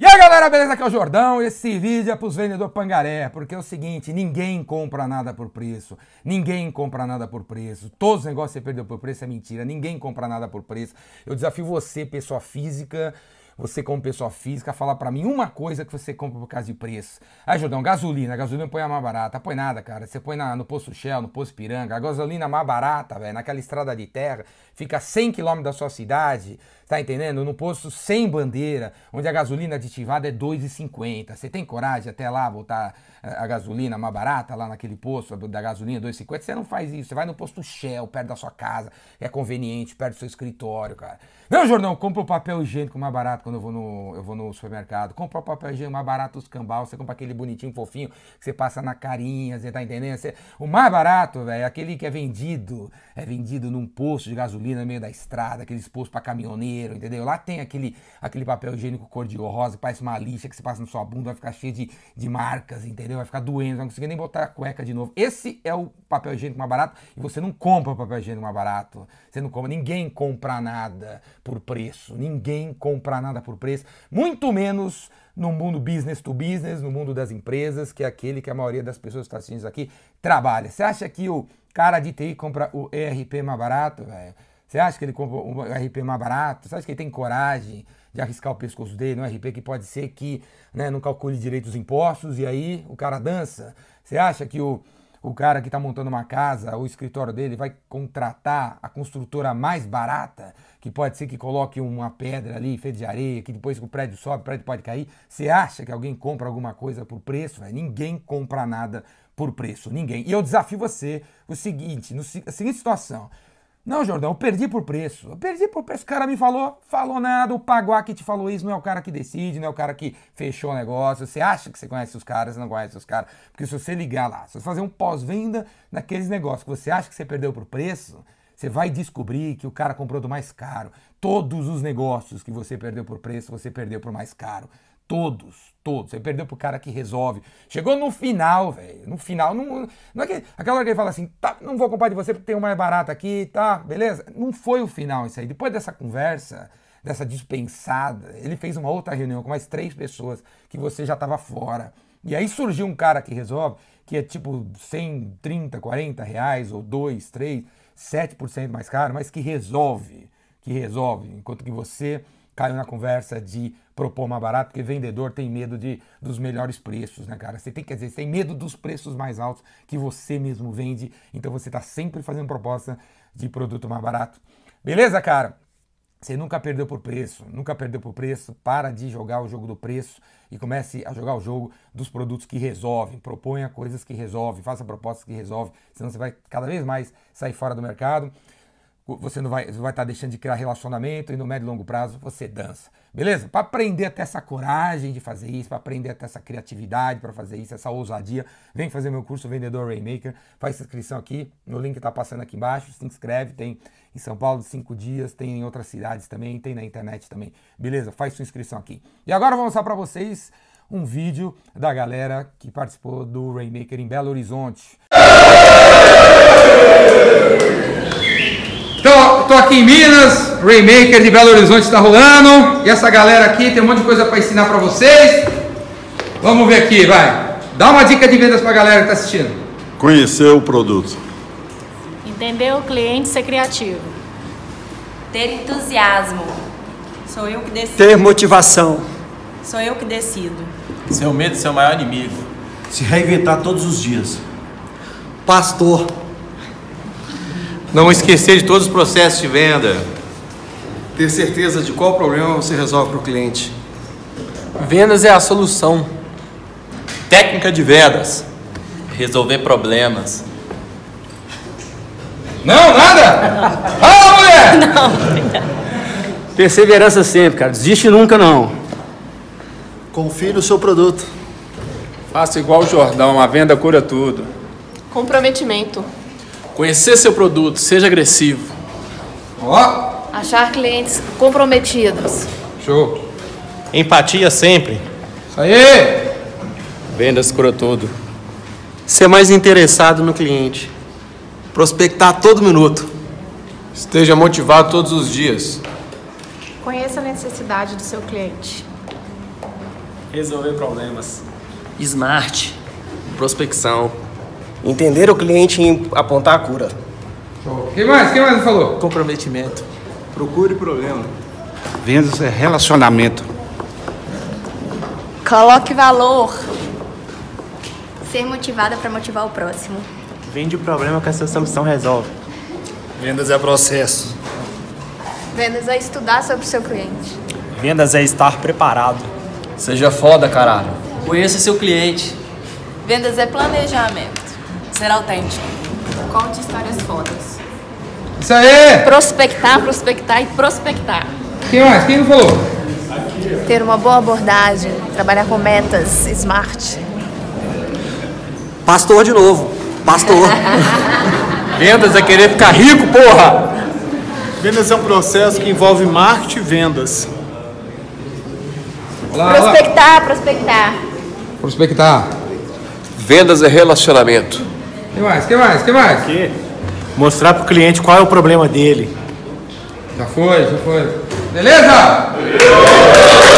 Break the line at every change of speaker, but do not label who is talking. E aí galera, beleza? Aqui é o Jordão. Esse vídeo é pros vendedores pangaré, porque é o seguinte: ninguém compra nada por preço. Ninguém compra nada por preço. Todos os negócios que você perdeu por preço é mentira. Ninguém compra nada por preço. Eu desafio você, pessoa física, você como pessoa física, falar pra mim uma coisa que você compra por causa de preço. Aí, Jordão, gasolina. Gasolina põe a mais barata. Põe nada, cara. Você põe na- no Poço Shell, no Poço Piranga. A gasolina mais barata, velho, naquela estrada de terra, fica 100 km da sua cidade, tá entendendo? No posto sem bandeira, onde a gasolina aditivada é 2,50. Você tem coragem até lá botar eh, a gasolina mais barata lá naquele posto da gasolina 2,50? Você não faz isso. Você vai no posto Shell, perto da sua casa, que é conveniente, perto do seu escritório, cara. Não, Jordão, compra o papel higiênico mais barato quando eu vou no, eu vou no supermercado. Compra o papel higiênico mais barato, os cambal. Você compra aquele bonitinho, fofinho, que você passa na carinha, você tá entendendo? Você- o mais barato, velho, é aquele que é vendido. É vendido num posto de gasolina no meio da estrada, aqueles postos pra caminhoneiro, entendeu? Lá tem aquele, aquele papel higiênico cor de rosa, que parece uma lixa que você passa na sua bunda, vai ficar cheio de, de marcas, entendeu? Vai ficar doendo, não vai conseguir nem botar a cueca de novo. Esse é o papel higiênico mais barato e você não compra o papel higiênico mais barato. Você não compra, ninguém compra nada por preço, ninguém compra nada por preço, muito menos no mundo business to business, no mundo das empresas, que é aquele que a maioria das pessoas que está assistindo isso aqui trabalha. Você acha que o cara de TI compra o ERP mais barato, velho? Você acha que ele compra um RP mais barato? Você acha que ele tem coragem de arriscar o pescoço dele? Um RP que pode ser que né, não calcule direito os impostos e aí o cara dança? Você acha que o, o cara que está montando uma casa, o escritório dele, vai contratar a construtora mais barata, que pode ser que coloque uma pedra ali, feita de areia, que depois que o prédio sobe, o prédio pode cair. Você acha que alguém compra alguma coisa por preço? velho? Ninguém compra nada por preço, ninguém. E eu desafio você o seguinte, no, se- a seguinte situação. Não, Jordão, eu perdi por preço. Eu perdi por preço. O cara me falou, falou nada. O Paguá que te falou isso não é o cara que decide, não é o cara que fechou o negócio. Você acha que você conhece os caras, você não conhece os caras. Porque se você ligar lá, se você fazer um pós-venda naqueles negócios que você acha que você perdeu por preço, você vai descobrir que o cara comprou do mais caro. Todos os negócios que você perdeu por preço, você perdeu por mais caro. Todos, todos. Você perdeu pro cara que resolve. Chegou no final, velho. No final, não, não é que. Aquela hora que ele fala assim, tá, não vou comprar de você porque tem o mais barato aqui, tá, beleza? Não foi o final isso aí. Depois dessa conversa, dessa dispensada, ele fez uma outra reunião com mais três pessoas que você já tava fora. E aí surgiu um cara que resolve, que é tipo 130, 40 reais, ou 2, 3, 7% mais caro, mas que resolve que resolve, enquanto que você caiu na conversa de propor mais barato, porque vendedor tem medo de, dos melhores preços, né, cara? Você tem, quer dizer, você tem medo dos preços mais altos que você mesmo vende, então você está sempre fazendo proposta de produto mais barato. Beleza, cara? Você nunca perdeu por preço, nunca perdeu por preço. Para de jogar o jogo do preço e comece a jogar o jogo dos produtos que resolvem. Proponha coisas que resolvem, faça propostas que resolvem, senão você vai cada vez mais sair fora do mercado você não vai estar vai tá deixando de criar relacionamento e no médio e longo prazo você dança. Beleza? Para aprender até essa coragem de fazer isso, para aprender até essa criatividade para fazer isso, essa ousadia, vem fazer meu curso Vendedor Rainmaker. Faz inscrição aqui, no link está passando aqui embaixo. Se inscreve, tem em São Paulo cinco dias, tem em outras cidades também, tem na internet também. Beleza? Faz sua inscrição aqui. E agora eu vou mostrar para vocês um vídeo da galera que participou do Rainmaker em Belo Horizonte. Então, tô aqui em Minas, Raymaker de Belo Horizonte está rolando. E essa galera aqui tem um monte de coisa para ensinar para vocês. Vamos ver aqui, vai. Dá uma dica de vendas pra galera que tá assistindo.
Conhecer o produto.
Entender o cliente ser criativo.
Ter entusiasmo. Sou eu que decido.
Ter motivação.
Sou eu que decido.
Seu medo é seu maior inimigo.
Se reinventar todos os dias.
Pastor.
Não esquecer de todos os processos de venda.
Ter certeza de qual problema você resolve para o cliente.
Vendas é a solução.
Técnica de vendas. Resolver problemas.
Não, nada? Fala, mulher!
Perseverança sempre, cara. Desiste nunca, não.
Confie no seu produto.
Faça igual o Jordão, a venda cura tudo.
Comprometimento.
Conhecer seu produto, seja agressivo.
Ó,
Achar clientes comprometidos.
show.
Empatia sempre.
Isso aí.
Vendas cura tudo.
Ser mais interessado no cliente. Prospectar a todo minuto.
Esteja motivado todos os dias.
Conheça a necessidade do seu cliente.
Resolver problemas.
Smart. Prospecção. Entender o cliente e apontar a cura.
Quem mais? Quem mais não falou?
Comprometimento.
Procure problema.
Vendas é relacionamento.
Coloque valor.
Ser motivada para motivar o próximo.
Vende o problema que a sua solução resolve.
Vendas é processo.
Vendas é estudar sobre o seu cliente.
Vendas é estar preparado.
Seja foda, caralho.
Conheça seu cliente.
Vendas é planejamento. Ser autêntico.
Conte histórias fodas.
Isso aí!
Prospectar, prospectar e prospectar.
Quem mais? Quem não falou?
Ter uma boa abordagem. Trabalhar com metas smart.
Pastor de novo. Pastor.
Vendas é querer ficar rico, porra!
Vendas é um processo que envolve marketing e vendas.
Olá, olá.
Prospectar, prospectar.
Prospectar.
Vendas é relacionamento.
Quem mais? Quem mais? Quem mais?
Mostrar pro cliente qual é o problema dele.
Já foi, já foi. Beleza?